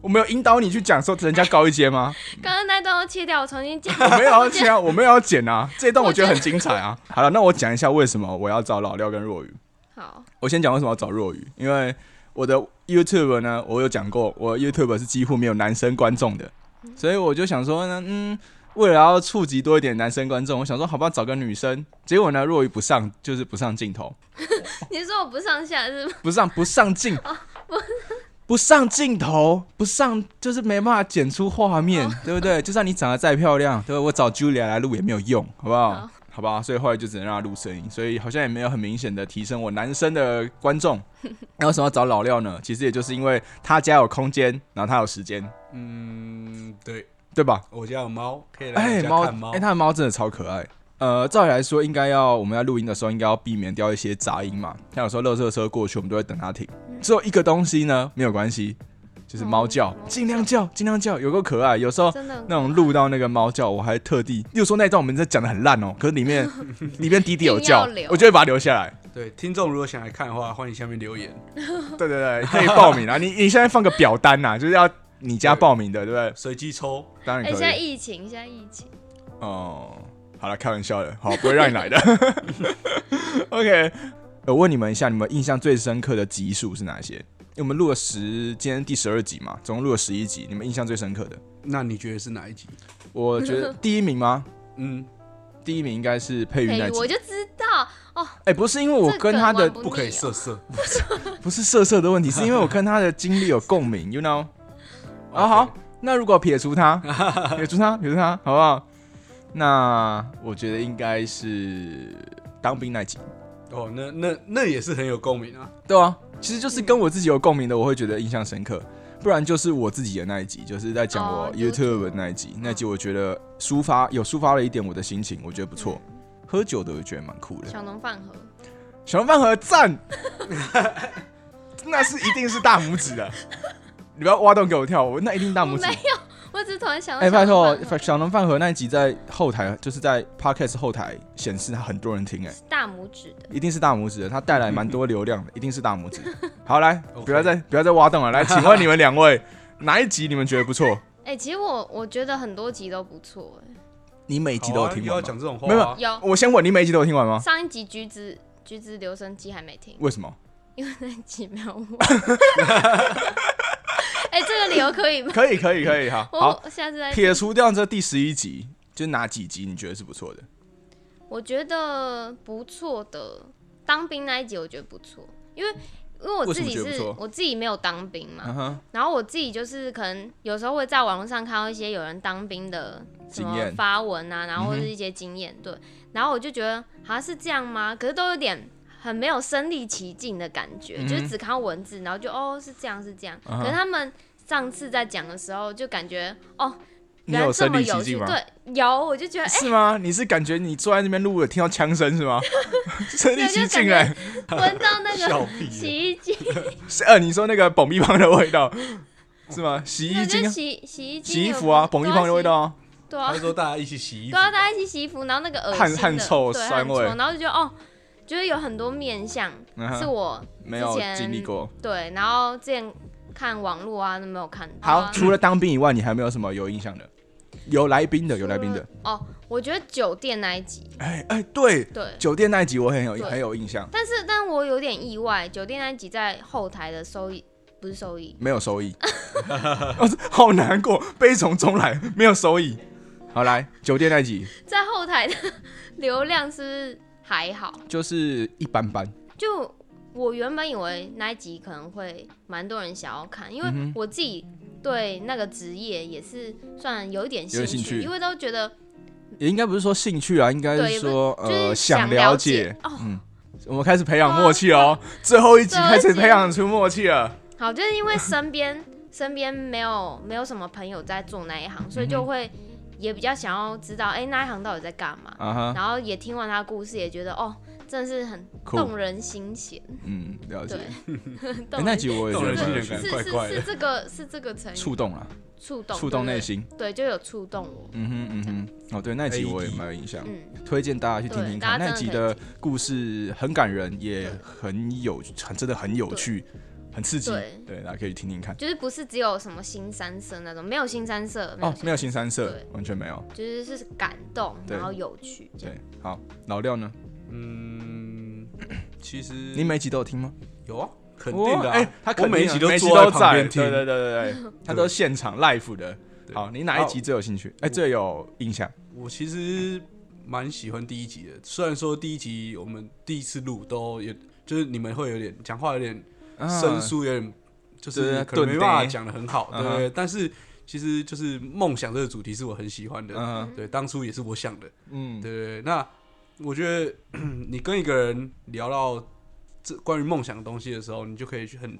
Speaker 1: 我没有引导你去讲说人家高一阶吗？
Speaker 2: 刚刚那段都切掉，我重新讲，
Speaker 1: 我 没有要切啊，我没有要剪啊，这一段我觉得很精彩啊。好了，那我讲一下为什么我要找老廖跟若雨。
Speaker 2: 好，
Speaker 1: 我先讲为什么要找若雨，因为我的 YouTube 呢，我有讲过，我 YouTube 是几乎没有男生观众的，所以我就想说呢，嗯，为了要触及多一点男生观众，我想说好吧，找个女生。结果呢，若雨不上，就是不上镜头，
Speaker 2: 你说我不上下是吗？
Speaker 1: 不上不上镜，不上镜头，不上就是没办法剪出画面，对不对？就算你长得再漂亮，对吧？我找 Julia 来录也没有用，好不好？
Speaker 2: 好
Speaker 1: 好吧，所以后来就只能让他录声音，所以好像也没有很明显的提升我男生的观众。那为什么要找老廖呢？其实也就是因为他家有空间，然后他有时间，
Speaker 3: 嗯，对，
Speaker 1: 对吧？
Speaker 3: 我家有猫，可以来
Speaker 1: 哎，
Speaker 3: 我家
Speaker 1: 猫
Speaker 3: 看，猫
Speaker 1: 哎，。他的猫真的超可爱。呃，照理来说，应该要我们在录音的时候，应该要避免掉一些杂音嘛。像有时候垃圾车过去，我们都会等它停。
Speaker 2: 嗯
Speaker 1: 只有一个东西呢，没有关系，就是猫叫
Speaker 2: 猫，叫
Speaker 1: 尽量叫，尽量叫，有够可爱。有时候
Speaker 2: 哦真的很
Speaker 1: 那种录到那个猫叫，我还特地，又说那一段我们在讲的很烂哦，可是里 面里面滴滴有叫
Speaker 2: 硬要留，
Speaker 1: 我就会把它留 下来。
Speaker 3: 对，听众如果想来看的话，欢迎下面留言。
Speaker 1: 对对对，可以报名啊！你你现在放个表单呐、就是要你家报名的，对不对？
Speaker 3: 随机抽，
Speaker 1: 当
Speaker 2: 哎、
Speaker 1: 然
Speaker 2: 现在
Speaker 1: 可以。
Speaker 2: 疫情，现在疫情，
Speaker 1: 哦，好了，开玩笑的，好，不会让你来的。OK，我问你们一下，你们印象最深刻的集数是哪些？因为我们录了十，今天第十二集嘛，总共录了十一集。你们印象最深刻的，
Speaker 3: 那你觉得是哪一集？
Speaker 1: 我觉得第一名吗？
Speaker 3: 嗯，
Speaker 1: 第一名应该是佩
Speaker 2: 佩
Speaker 1: 瑜那
Speaker 2: 瑜，我
Speaker 1: 集。
Speaker 2: 就知道，
Speaker 1: 哎、不是因为我
Speaker 2: 这
Speaker 1: 跟
Speaker 2: 梗
Speaker 1: 他的
Speaker 2: 玩不
Speaker 3: 不可以
Speaker 2: 腻哦
Speaker 3: 色色。
Speaker 1: 不是色色的 问题，是因为我跟他的经历有共鸣，you know？啊好，那如果撇除 他，撇除他，撇除他，好不好？那我觉得应该是当兵那集。
Speaker 3: 哦，那那那也是很有共鸣啊。
Speaker 1: 对啊，其实就是跟我自己有共鸣的，我会觉得印象深刻。不然就是我自己的那一集，就是在讲我
Speaker 2: 哦，YouTube
Speaker 1: YouTube 的那一集，那集我觉得抒发
Speaker 2: 嗯
Speaker 1: 有抒发了一点我的心情，我觉得不错。喝酒的我觉得蛮酷的，
Speaker 2: 小农饭盒，
Speaker 1: 小笼饭盒赞，那是一定是大拇指的，你不要挖洞给我跳，我那一定大拇
Speaker 2: 我
Speaker 1: 指
Speaker 2: 没。有， 我只是突然想到
Speaker 1: 哎，
Speaker 2: 小
Speaker 1: 拜
Speaker 2: 农
Speaker 1: 托
Speaker 2: 饭盒，
Speaker 1: 小笼饭盒那一集在后台，就是在 Podcast 后台显示很多人听，哎，
Speaker 2: 大拇指的，
Speaker 1: 一定是大拇指的，它带来蛮多流量的，一定是大拇 指。好，来，
Speaker 3: OK
Speaker 1: 不要再不要再挖洞了，来，请问你们两位哪一集你们觉得不错？
Speaker 2: 哎、其实我我觉得很多集都不错、
Speaker 1: 你每一集都有
Speaker 3: 好啊
Speaker 1: 听
Speaker 3: 又要
Speaker 1: 完
Speaker 3: 讲
Speaker 1: 吗？
Speaker 3: 这种话啊，
Speaker 1: 没有
Speaker 2: 哎，有
Speaker 1: 我先问你，每一集都有听完吗？
Speaker 2: 上一集橘子橘子留声机还没听，
Speaker 1: 为什么？
Speaker 2: 因为那一集没有 我。哎、这个理由可以吗？
Speaker 1: 可以，可以，可以，好，
Speaker 2: 我
Speaker 1: 好，
Speaker 2: 我下次再。
Speaker 1: 撇除掉这第十一集，就哪几集你觉得是不错的？
Speaker 2: 我觉得不错的，当兵那一集我觉得不错，因为因为我自己
Speaker 1: 为什么觉
Speaker 2: 是
Speaker 1: 得不错
Speaker 2: 我自己没有当兵嘛，
Speaker 1: 嗯哼，
Speaker 2: 然后我自己就是可能有时候会在网络上看到一些有人当兵的什
Speaker 1: 经
Speaker 2: 么
Speaker 1: 验
Speaker 2: 发文啊，然后或
Speaker 1: 嗯
Speaker 2: 者
Speaker 1: 哼
Speaker 2: 是一些经验，对，然后我就觉得好像是这样吗？可是都有点很没有身临其境的感觉，
Speaker 1: 嗯哼
Speaker 2: 就是只看到文字，然后就哦是这样是这样。
Speaker 1: 嗯哼
Speaker 2: 可是他们上次在讲的时候，就感觉哦
Speaker 1: 你
Speaker 2: 原来
Speaker 1: 有
Speaker 2: 这
Speaker 1: 身
Speaker 2: 么
Speaker 1: 临其
Speaker 2: 有趣，
Speaker 1: 境吗？
Speaker 2: 对，有，我就觉 得，哎、
Speaker 1: 是吗？你是感觉你坐在那边录了，听到枪声 是吗？身临其境
Speaker 2: 对就感
Speaker 1: 哎，
Speaker 2: 闻到那
Speaker 3: 笑
Speaker 2: 个
Speaker 3: 屁耶
Speaker 2: 洗衣机，
Speaker 1: 是呃，你说那个蹦一棒的味道是 吗？洗
Speaker 2: 那
Speaker 1: 衣
Speaker 2: 就
Speaker 1: 精、
Speaker 2: 是
Speaker 1: 啊、
Speaker 2: 洗洗衣机，
Speaker 1: 洗衣服啊，
Speaker 2: 对
Speaker 1: 蹦一棒的味，道啊，
Speaker 2: 对啊
Speaker 3: 他，说大家一起洗衣服
Speaker 2: 对，啊，大家一起洗衣服，然后那个恶心
Speaker 1: 汗
Speaker 2: 的
Speaker 1: 汗臭
Speaker 2: 对
Speaker 1: 酸
Speaker 2: 汗臭
Speaker 1: 味
Speaker 2: 然后就觉得哦，觉得有很多面相、
Speaker 1: 嗯哼
Speaker 2: 是我
Speaker 1: 没有
Speaker 2: 之前
Speaker 1: 经历过。
Speaker 2: 对，然后之前看网络啊都没有看到啊、
Speaker 1: 好，除了当兵以外，你还有没有什么有印象的？有来宾的，有来宾的。
Speaker 2: 哦，我觉得酒店那一集，
Speaker 1: 哎哎，对，
Speaker 2: 对，
Speaker 1: 酒店那一集我很有
Speaker 2: 对
Speaker 1: 很有印象，
Speaker 2: 但是但我有点意外，酒店那一集在后台的收益不是收益，
Speaker 1: 没有收 益，哦好难过，悲从中来，没有收益。好，来酒店那一集
Speaker 2: 在后台的 流量是不是还好？
Speaker 1: 就是一般般，
Speaker 2: 就我原本以为那一集可能会蛮多人想要看，因为
Speaker 1: 嗯哼
Speaker 2: 我自己对那个职业也是算有一点
Speaker 1: 有点兴趣
Speaker 2: 因为都觉得
Speaker 1: 也应该不是说兴趣啊，应该
Speaker 2: 对
Speaker 1: 是
Speaker 2: 也不是
Speaker 1: 说
Speaker 2: 就
Speaker 1: 呃
Speaker 2: 是想
Speaker 1: 了
Speaker 2: 了解。哦。
Speaker 1: 嗯，我们开始培养默契哦，最后一集
Speaker 2: 最后一
Speaker 1: 开始
Speaker 2: 集
Speaker 1: 培养出默契了。
Speaker 2: 好，就是因为身 边身边没有没有什么朋友在做那一
Speaker 1: 嗯
Speaker 2: 行，所以就会也比较想要知道，哎、那一行到底在干嘛。
Speaker 1: 啊哈，
Speaker 2: 然后也听完他的故事，也觉得哦，真的是很
Speaker 1: 酷
Speaker 2: 动人心弦。
Speaker 1: 嗯，了解。
Speaker 2: 对
Speaker 1: 哎，
Speaker 2: 动
Speaker 1: 那
Speaker 2: 人
Speaker 1: 集我也觉得
Speaker 3: 动
Speaker 1: 蛮
Speaker 3: 人
Speaker 1: 有
Speaker 3: 心
Speaker 1: 趣
Speaker 3: 弦
Speaker 1: 的
Speaker 2: 是
Speaker 3: 怪怪的
Speaker 2: 是是这个是这个成语
Speaker 1: 触动了，
Speaker 2: 触动
Speaker 1: 触动
Speaker 2: 对
Speaker 1: 内
Speaker 2: 对
Speaker 1: 心。
Speaker 2: 对，就有触动我。
Speaker 1: 嗯哼嗯哼，哦对，那集
Speaker 3: AED
Speaker 1: 我也蛮有印象，
Speaker 2: 嗯，
Speaker 1: 推荐大家去听听
Speaker 2: 对
Speaker 1: 看。
Speaker 2: 大家
Speaker 1: 那集
Speaker 2: 真的可以
Speaker 1: 的故事很感人，也
Speaker 2: 对
Speaker 1: 很有，很真的很有趣，很刺激
Speaker 2: 对。
Speaker 1: 对，大家可以去听听看。
Speaker 2: 就是不是只有什么新三色那种，没有新三色，
Speaker 1: 哦，没有新三色
Speaker 2: 对，
Speaker 1: 完全没有。
Speaker 2: 就是是感动，
Speaker 1: 对
Speaker 2: 然后有趣这样。
Speaker 1: 对，好，老廖呢？
Speaker 3: 嗯，其实
Speaker 1: 你每集都有听吗？
Speaker 3: 有啊，肯定的啊，
Speaker 1: 哎，他
Speaker 3: 我
Speaker 1: 肯定啊
Speaker 3: 每一集都
Speaker 1: 每集
Speaker 3: 坐
Speaker 1: 都
Speaker 3: 在旁
Speaker 1: 在，对
Speaker 3: 边听，
Speaker 1: 对对对 对，他都现场 live 的。
Speaker 3: 对
Speaker 1: 好，你哪一集最有兴趣？哎，最有印象？
Speaker 3: 我其实蛮喜欢第一集的，虽然说第一集我们第一次录都有，就是你们会有点讲话有点
Speaker 1: 啊
Speaker 3: 生疏，有点就
Speaker 1: 对啊
Speaker 3: 是可能没
Speaker 1: 顿
Speaker 3: 办法
Speaker 1: 呆
Speaker 3: 讲的很好，
Speaker 1: 嗯
Speaker 3: 对
Speaker 1: 哼
Speaker 3: 不对？但是其实就是梦想这个主题是我很喜欢的，
Speaker 1: 嗯
Speaker 3: 对，当初也是我想的，
Speaker 1: 嗯，
Speaker 3: 对对对。那我觉得 你跟一个人聊到这关于梦想的东西的时候，你就可以去很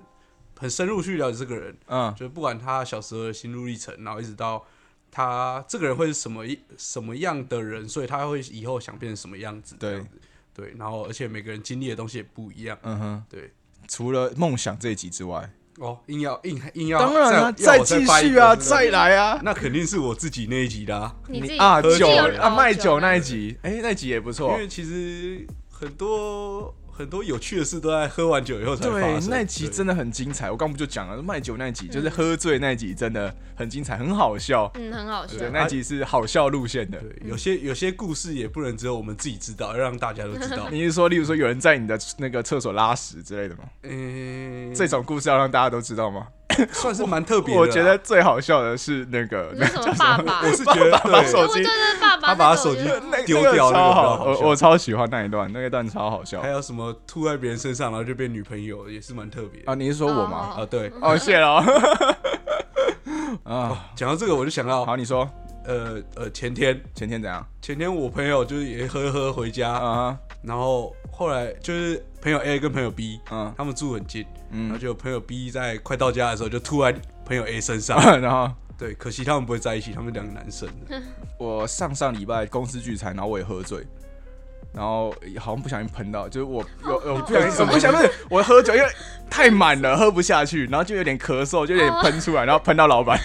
Speaker 3: 很深入去了解这个人，
Speaker 1: 嗯
Speaker 3: 就不管他小时候的心路历程，然后一直到他这个人会是什么一什么样的人，所以他会以后想变成什么样子。
Speaker 1: 对
Speaker 3: 这样子对，然后而且每个人经历的东西也不一样。
Speaker 1: 嗯哼，
Speaker 3: 对。
Speaker 1: 除了梦想这一集之外，
Speaker 3: 哦，硬要硬硬要，
Speaker 1: 当然
Speaker 3: 啊再
Speaker 1: 啦，
Speaker 3: 要我
Speaker 1: 继
Speaker 3: 掰一
Speaker 1: 续
Speaker 3: 个
Speaker 1: 啊，
Speaker 3: 对不对
Speaker 1: 再来啊。
Speaker 3: 那肯定是我自己那一集 的、啊，
Speaker 2: 你自己
Speaker 1: 啊
Speaker 2: 你自己
Speaker 1: 酒
Speaker 2: 有
Speaker 1: 啊
Speaker 2: 哦聊
Speaker 1: 卖酒那
Speaker 2: 一
Speaker 1: 一集，哎，那集也不
Speaker 3: 因
Speaker 1: 错。
Speaker 3: 为其实很多很多有趣的事都在喝完酒以后才
Speaker 1: 对
Speaker 3: 发，生。
Speaker 1: 那集真的很精彩。我刚不就讲了，卖酒那集就是喝醉那集，真的很精彩，很好笑。
Speaker 2: 嗯，很好笑
Speaker 1: 对，。那集是好笑路线的。
Speaker 3: 对，有些有些故事也不能只有我们自己知道，要让大家都知道。
Speaker 1: 你是说，例如说有人在你的那个厕所拉屎之类的吗？
Speaker 3: 嗯，
Speaker 1: 这种故事要让大家都知道吗？
Speaker 3: 算是蛮特别的啦。
Speaker 1: 我觉得最好笑的是 那个
Speaker 2: 你说什么爸爸？
Speaker 3: 我是觉得
Speaker 1: 把
Speaker 3: 对
Speaker 1: 手
Speaker 2: 我
Speaker 1: 机
Speaker 2: 对对爸爸
Speaker 3: 他
Speaker 2: 那
Speaker 3: 把
Speaker 2: 个
Speaker 3: 手
Speaker 2: 我
Speaker 3: 机
Speaker 2: 觉得很好
Speaker 3: 丢
Speaker 1: 那个
Speaker 3: 掉
Speaker 1: 超
Speaker 3: 那个比较
Speaker 1: 好，
Speaker 3: 好笑
Speaker 1: 我我超喜欢那一段，那一段超好笑
Speaker 3: 还有什么吐在别人身上，然后就变女朋友，也是蛮特别的
Speaker 1: 啊！你是说我吗？
Speaker 2: 哦
Speaker 3: 啊。对，
Speaker 1: 哦，谢了 哦 啊，
Speaker 3: 讲到这个我就想到，
Speaker 1: 好，你说
Speaker 3: 呃呃，前天
Speaker 1: 前天怎样
Speaker 3: 前天我朋友就是也喝喝回 家，
Speaker 1: 啊？
Speaker 3: 然后后来就是朋友 A 跟朋友 B，
Speaker 1: 嗯
Speaker 3: 他们住很近，然后
Speaker 1: 嗯，
Speaker 3: 就有朋友 B 在快到家的时候就吐在朋友 A 身上，
Speaker 1: 然后
Speaker 3: 对，可惜他们不会在一起，他们两个男 生。
Speaker 1: 我上上礼拜公司聚餐，然后我也喝醉。然后好像不小心喷到，就是我我我不小心，我不小心不是我喝酒，因为太满了，喝不下去，然后就有点咳嗽，就有点喷出 来，然后喷到老板，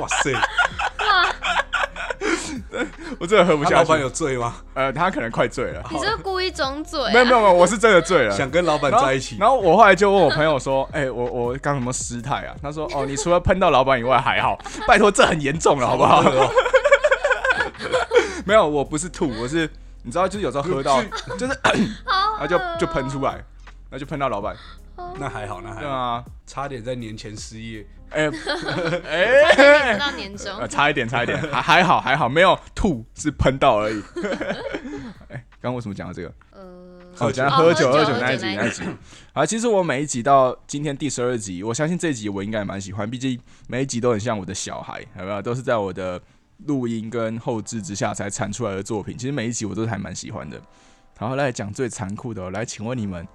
Speaker 3: 哇 塞，
Speaker 1: 我真的喝不
Speaker 3: 他
Speaker 1: 下
Speaker 3: 老板
Speaker 1: 去。
Speaker 3: 有醉吗？
Speaker 1: 呃，他可能快醉 了，
Speaker 2: 你是不是故意装醉啊？
Speaker 1: 没有没有没有，我是真的醉了。
Speaker 3: 想跟老板
Speaker 1: 然后
Speaker 3: 在一起，
Speaker 1: 啊然后我后来就问我朋友说：“ 哎、我我刚什么失态啊？”他说：“哦，你除了喷到老板以外还好，拜托这很严重了，好不好
Speaker 3: 好恶哦？”
Speaker 1: 没有，我不是吐，我是你知道，就是有时候喝到
Speaker 3: 不
Speaker 1: 就是，
Speaker 2: 好
Speaker 1: 然后就
Speaker 2: 恶哦
Speaker 1: 就喷出来，然后就喷到老板，
Speaker 3: 那还好，那还
Speaker 1: 对
Speaker 3: 好，
Speaker 1: 啊，
Speaker 3: 差点在年前失业。
Speaker 1: 哎、
Speaker 2: 不
Speaker 1: 哎、
Speaker 2: 到年终
Speaker 1: 呃，差一点，差一点，还还好还好，没有吐，是喷到而 已。哎、刚刚为什么讲到这个？
Speaker 2: 呃，
Speaker 1: 哦，
Speaker 3: 喝酒
Speaker 1: 讲到喝酒
Speaker 2: 哦
Speaker 1: 喝
Speaker 2: 喝
Speaker 1: 酒
Speaker 2: 酒
Speaker 1: 那一集啊那
Speaker 2: 喝酒那
Speaker 1: 一
Speaker 2: 一
Speaker 1: 集。好，其实我每一集到今天第十二集，我相信这一集我应该也蛮喜欢，毕竟每一集都很像我的小孩，有没有？都是在我的录音跟后置之下才产出来的作品。其实每一集我都还蛮喜欢的。好，来讲最残酷的、哦，来，请问你们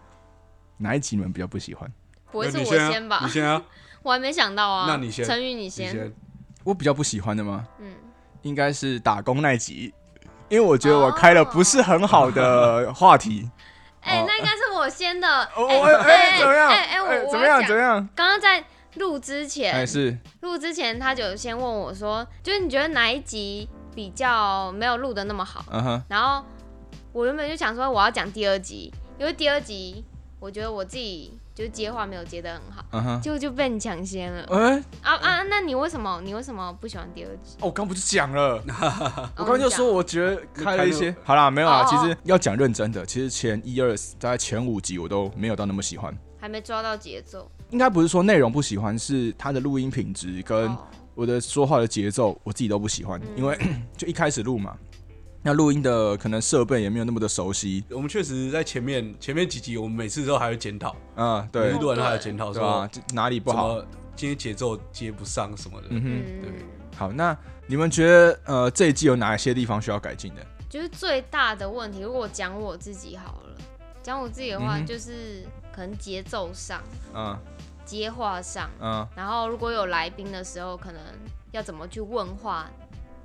Speaker 1: 哪一集你们比较不喜欢？
Speaker 2: 不会是
Speaker 3: 那你
Speaker 2: 我
Speaker 3: 啊
Speaker 2: 先吧
Speaker 3: 你？先啊，
Speaker 2: 我还没想到啊。
Speaker 3: 那你先
Speaker 2: 成语你
Speaker 3: 你先。
Speaker 1: 我比较不喜欢的吗？
Speaker 2: 嗯，
Speaker 1: 应该是打工那一集，因为我觉得我开了不是很好的话题。
Speaker 2: 哎、
Speaker 1: 哦
Speaker 2: 那应该是我先的。哎
Speaker 1: 哦，我哎怎么样？
Speaker 2: 哎哎，我
Speaker 1: 哎
Speaker 2: 我
Speaker 1: 怎么样？怎
Speaker 2: 要讲
Speaker 1: 么样？
Speaker 2: 刚刚在录之
Speaker 1: 哎
Speaker 2: 前，
Speaker 1: 是
Speaker 2: 录之前他就先问我说，就是你觉得哪一集比较没有录的那么好？
Speaker 1: 嗯哼
Speaker 2: 然后我原本就想说我要讲第二集，因为第二集我觉得我自己就是接话没有接的很好，
Speaker 1: 嗯哼。
Speaker 2: 结果就被你抢先了。
Speaker 1: 哎，
Speaker 2: 啊啊，那你为什么你为什么不喜欢第二集？
Speaker 1: 哦我刚不是讲了，啊我
Speaker 2: 哦
Speaker 1: 刚就
Speaker 2: 你讲
Speaker 1: 说我觉得开了一些
Speaker 3: 开。
Speaker 1: 好啦，没有啦，啊
Speaker 2: 哦哦
Speaker 1: 其
Speaker 2: 哦
Speaker 1: 实要讲认真的，其实前一二大概前五集我都没有到那么喜欢。
Speaker 2: 还没抓到节奏，
Speaker 1: 应该不是说内容不喜欢，是它的录音品质跟
Speaker 2: 哦嗯
Speaker 1: 我的说话的节奏，我自己都不喜欢，因 为就一开始录嘛，那录音的可能设备也没有那么的熟悉，
Speaker 3: 我们确实在前面前面几集，我们每次都还会检讨，
Speaker 1: 嗯，对
Speaker 3: 每次，录完都还有检讨
Speaker 1: 对
Speaker 3: 说
Speaker 1: 吧？这哪里不
Speaker 3: 怎
Speaker 1: 好？
Speaker 3: 么今天节奏接不上什么的。
Speaker 1: 嗯哼，
Speaker 2: 嗯，
Speaker 1: 好，那你们觉得呃这一季有哪一些地方需要改进的？
Speaker 2: 就是最大的问题。如果我讲我自己好了，讲我自己的话，
Speaker 1: 嗯哼
Speaker 2: 就是可能节奏上、
Speaker 1: 嗯
Speaker 2: 接话上，
Speaker 1: 嗯
Speaker 2: 然后如果有来宾的时候，可能要怎么去问话，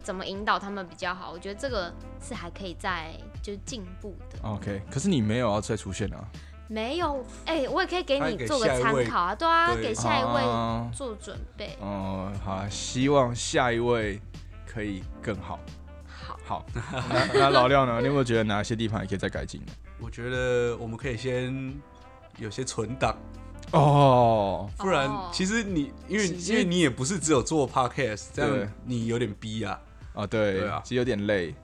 Speaker 2: 怎么引导他们比较好。我觉得这个是还可以再就是进步的。
Speaker 1: ，OK，可是你没有要再出现啊，
Speaker 2: 没有，哎、我也可以给
Speaker 3: 他
Speaker 2: 你
Speaker 3: 给
Speaker 2: 做个
Speaker 3: 下一
Speaker 2: 参
Speaker 3: 位
Speaker 2: 考啊，对啊，
Speaker 3: 对
Speaker 2: 给下一位
Speaker 1: 哦、
Speaker 2: 做准备。
Speaker 1: 哦好啊，希望下一位可以更好。
Speaker 2: 好，
Speaker 1: 好，那 那老廖呢？你有没有觉得哪些地方也可以再改进的？
Speaker 3: 我觉得我们可以先有些存档，
Speaker 1: 哦，
Speaker 2: 哦
Speaker 3: 不然其实你因为
Speaker 1: 其实
Speaker 3: 因为你也不是只有做 podcast，这
Speaker 1: 对
Speaker 3: 样你有点逼啊。
Speaker 1: 啊，对，
Speaker 3: 对啊
Speaker 1: 其实有点累。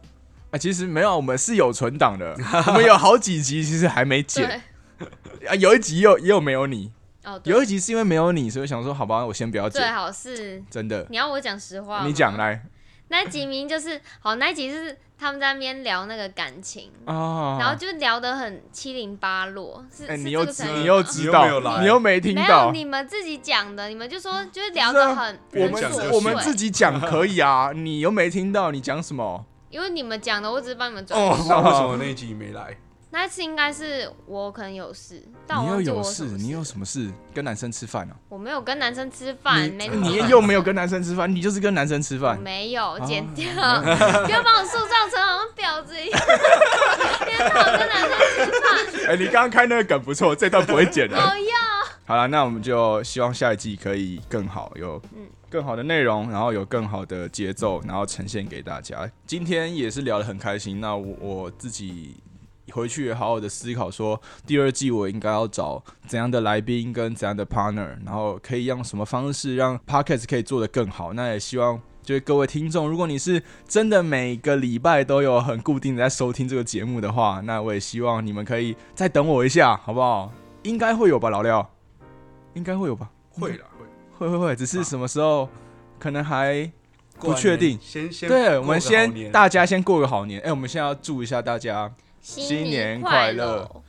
Speaker 1: 啊，其实没有，我们是有存档的， 我们有好几集其实还没剪
Speaker 2: 对，
Speaker 1: 啊，有一集又也有没有你，
Speaker 2: 哦，对
Speaker 1: 有一集是因为没有你，所以想说好吧，我先不要
Speaker 2: 最
Speaker 1: 剪，
Speaker 2: 好是
Speaker 1: 真的，
Speaker 2: 你要我讲实话吗，
Speaker 1: 你讲来
Speaker 2: 那一集明明就是好，那一集是他们在那边聊那个感情，
Speaker 1: 啊，
Speaker 2: 然后就聊得很七零八落，是、
Speaker 1: 哎，你
Speaker 2: 是这
Speaker 1: 又
Speaker 2: 个
Speaker 1: 知
Speaker 2: 程度
Speaker 1: 你又
Speaker 2: 吗
Speaker 1: 知
Speaker 3: 你又没
Speaker 1: 道，
Speaker 3: 有来
Speaker 1: 你又没听
Speaker 2: 没有
Speaker 1: 到，
Speaker 2: 你们自己讲的，你们 就说就是聊
Speaker 1: 是啊
Speaker 2: 得很
Speaker 3: 别
Speaker 1: 我
Speaker 2: 很
Speaker 3: 人
Speaker 1: 们
Speaker 3: 讲
Speaker 2: 琐
Speaker 1: 自
Speaker 3: 就
Speaker 2: 碎，
Speaker 3: 行
Speaker 1: 我们自己讲可以啊，你又没听到，你讲什么？
Speaker 2: 因为你们讲的，我只是帮你们转。
Speaker 1: 哦
Speaker 3: 那为什么那一集没来？
Speaker 2: 那一次应该是我可能有事，但
Speaker 1: 你
Speaker 2: 我
Speaker 1: 又
Speaker 2: 忘记
Speaker 1: 有
Speaker 2: 我
Speaker 1: 事，
Speaker 2: 什么
Speaker 1: 你有
Speaker 2: 了
Speaker 1: 什么事？跟男生吃饭啊？
Speaker 2: 我没有跟男生吃饭，啊 没
Speaker 1: 你
Speaker 2: 理
Speaker 1: 又没有跟哦男生吃饭，你就是跟男生吃
Speaker 2: 我
Speaker 1: 饭，
Speaker 2: 没有剪 掉，不要把我塑造成好像婊子一样， 天天我跟男生吃饭，
Speaker 1: 哎、你刚刚开那个梗不错，这段不会剪啊的。
Speaker 2: 我要
Speaker 1: 好了，那我们就希望下一季可以更好，有更好的内容，然后有更好的节奏，然后呈现给大家。今天也是聊得很开心，那我我自己回去也好好的思考说，第二季我应该要找怎样的来宾跟怎样的 partner，然后可以用什么方式让 podcast 可以做得更好。那也希望。就是各位听众，如果你是真的每个礼拜都有很固定的在收听这个节目的话，那我也希望你们可以再等我一下，好不好？应该会有吧，老廖。应该会有吧？
Speaker 3: 会啦，
Speaker 1: 会
Speaker 3: 啊
Speaker 1: 会会，只是什么时候，可能还
Speaker 3: 会
Speaker 1: 不确定
Speaker 3: 先先过
Speaker 1: 对。
Speaker 3: 个
Speaker 1: 我们
Speaker 3: 好
Speaker 1: 先
Speaker 3: 年
Speaker 1: 大家先过个好年。哎、我们现在要祝一下大家，
Speaker 2: 新
Speaker 1: 年快
Speaker 2: 快
Speaker 1: 乐
Speaker 2: 乐，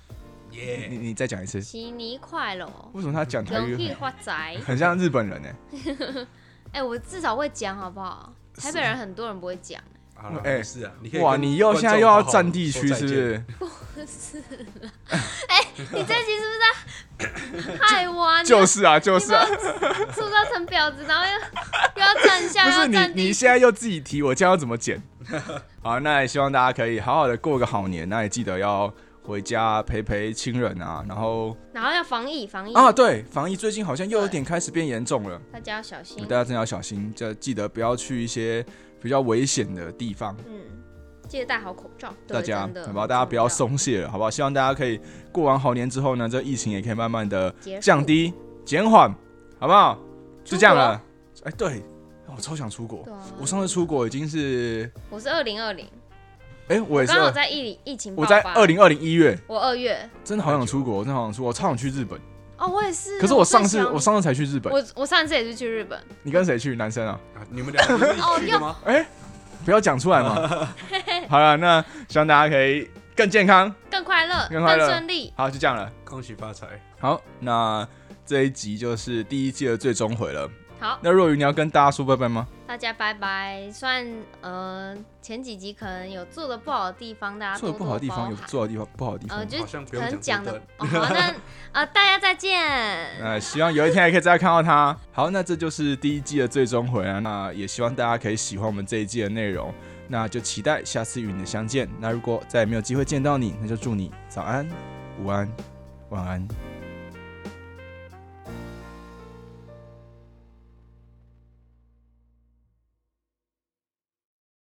Speaker 1: 你
Speaker 3: 耶，
Speaker 1: 你再讲一次，
Speaker 2: 新年快乐。哦
Speaker 1: 为什么他讲台
Speaker 2: 容
Speaker 1: 语
Speaker 2: 易
Speaker 1: 很
Speaker 2: 发财。
Speaker 1: 很像日本人欸呢、
Speaker 2: 哎、我至少会讲好不好？台北人很多人不会讲，
Speaker 3: 好了，
Speaker 1: 哎
Speaker 3: 没事啊，你可以
Speaker 1: 哇，
Speaker 3: 跟
Speaker 1: 你又
Speaker 3: 观
Speaker 1: 现在
Speaker 3: 众
Speaker 1: 又
Speaker 3: 好
Speaker 1: 要
Speaker 3: 好
Speaker 1: 占地区是
Speaker 3: 说再
Speaker 1: 不
Speaker 3: 见
Speaker 1: 是？
Speaker 2: 哎你这集是不是在害我、啊？你要
Speaker 1: 就是啊，就是啊，
Speaker 2: 塑造成婊子，然后又又要站下，
Speaker 1: 不
Speaker 2: 又
Speaker 1: 是
Speaker 2: 要
Speaker 1: 你
Speaker 2: 站
Speaker 1: 你
Speaker 2: 啊地。
Speaker 1: 现在又自己提，我这样要怎么剪？ 好，那也希望大家可以好好的过个好年，那也记得要回家陪陪亲人啊，然后
Speaker 2: 然后要防疫，防疫
Speaker 1: 啊，对，防疫最近好像又有点开始变严重了。
Speaker 2: 大家要小心
Speaker 1: 大。家真的要小心，就记得不要去一些比较危险的地方。
Speaker 2: 嗯，记得戴好口罩。对
Speaker 1: 大家
Speaker 2: 真，的
Speaker 1: 好不好？大家不要
Speaker 2: 很重
Speaker 1: 松懈了，好不好？希望大家可以过完好年之后呢，这疫情也可以慢慢的
Speaker 2: 结束
Speaker 1: 降低、减缓，好不好？就这样
Speaker 2: 出国
Speaker 1: 了。哎，对，我超想出国
Speaker 2: 对啊。
Speaker 1: 我上次出国已经是，
Speaker 2: 我是二零二零，
Speaker 1: 哎，我也是
Speaker 2: 刚好
Speaker 1: 二，
Speaker 2: 在疫疫情爆
Speaker 1: 我
Speaker 2: 发
Speaker 1: 在二，零二零一月，
Speaker 2: 我二月。
Speaker 1: 真的好想出国，真的好想出国，我超想去日本。
Speaker 2: 哦，我也是。
Speaker 1: 可是我
Speaker 2: 我
Speaker 1: 上
Speaker 2: 最
Speaker 1: 次
Speaker 2: 想
Speaker 1: 我上次才去日本，
Speaker 2: 我我上次也是去日本，
Speaker 1: 你跟谁去？男生啊？
Speaker 3: 啊你们俩不是一起去的
Speaker 1: 哦
Speaker 3: 吗？
Speaker 1: 不要讲出来嘛。 好了，那希望大家可以更健康。
Speaker 2: 更快乐，
Speaker 1: 更快乐
Speaker 2: 顺利。
Speaker 1: 好，就这样了。
Speaker 3: 恭喜发财！
Speaker 1: 好，那这一集就是第一季的最终回了。
Speaker 2: 好，
Speaker 1: 那若雨，你要跟大家说拜拜吗？
Speaker 2: 大家拜拜。算呃前几集可能有做的不好的地方，大家
Speaker 1: 做
Speaker 2: 多
Speaker 1: 的不好的地方有
Speaker 2: 啊多包涵
Speaker 1: 做的地方不好的地方
Speaker 2: 呃，
Speaker 1: 吗。
Speaker 2: 就是
Speaker 3: 好像不
Speaker 2: 可
Speaker 3: 用
Speaker 2: 能
Speaker 3: 讲
Speaker 2: 讲
Speaker 3: 这
Speaker 2: 的
Speaker 3: 段，
Speaker 2: 哦好， 那呃大家再见。
Speaker 1: 呃，希望有一天还可以再看到他。好，那这就是第一季的最终回啊。那也希望大家可以喜欢我们这一季的内容。那就期待下次与你的相见。那如果再也没有机会见到你，那就祝你早安、午安、晚安，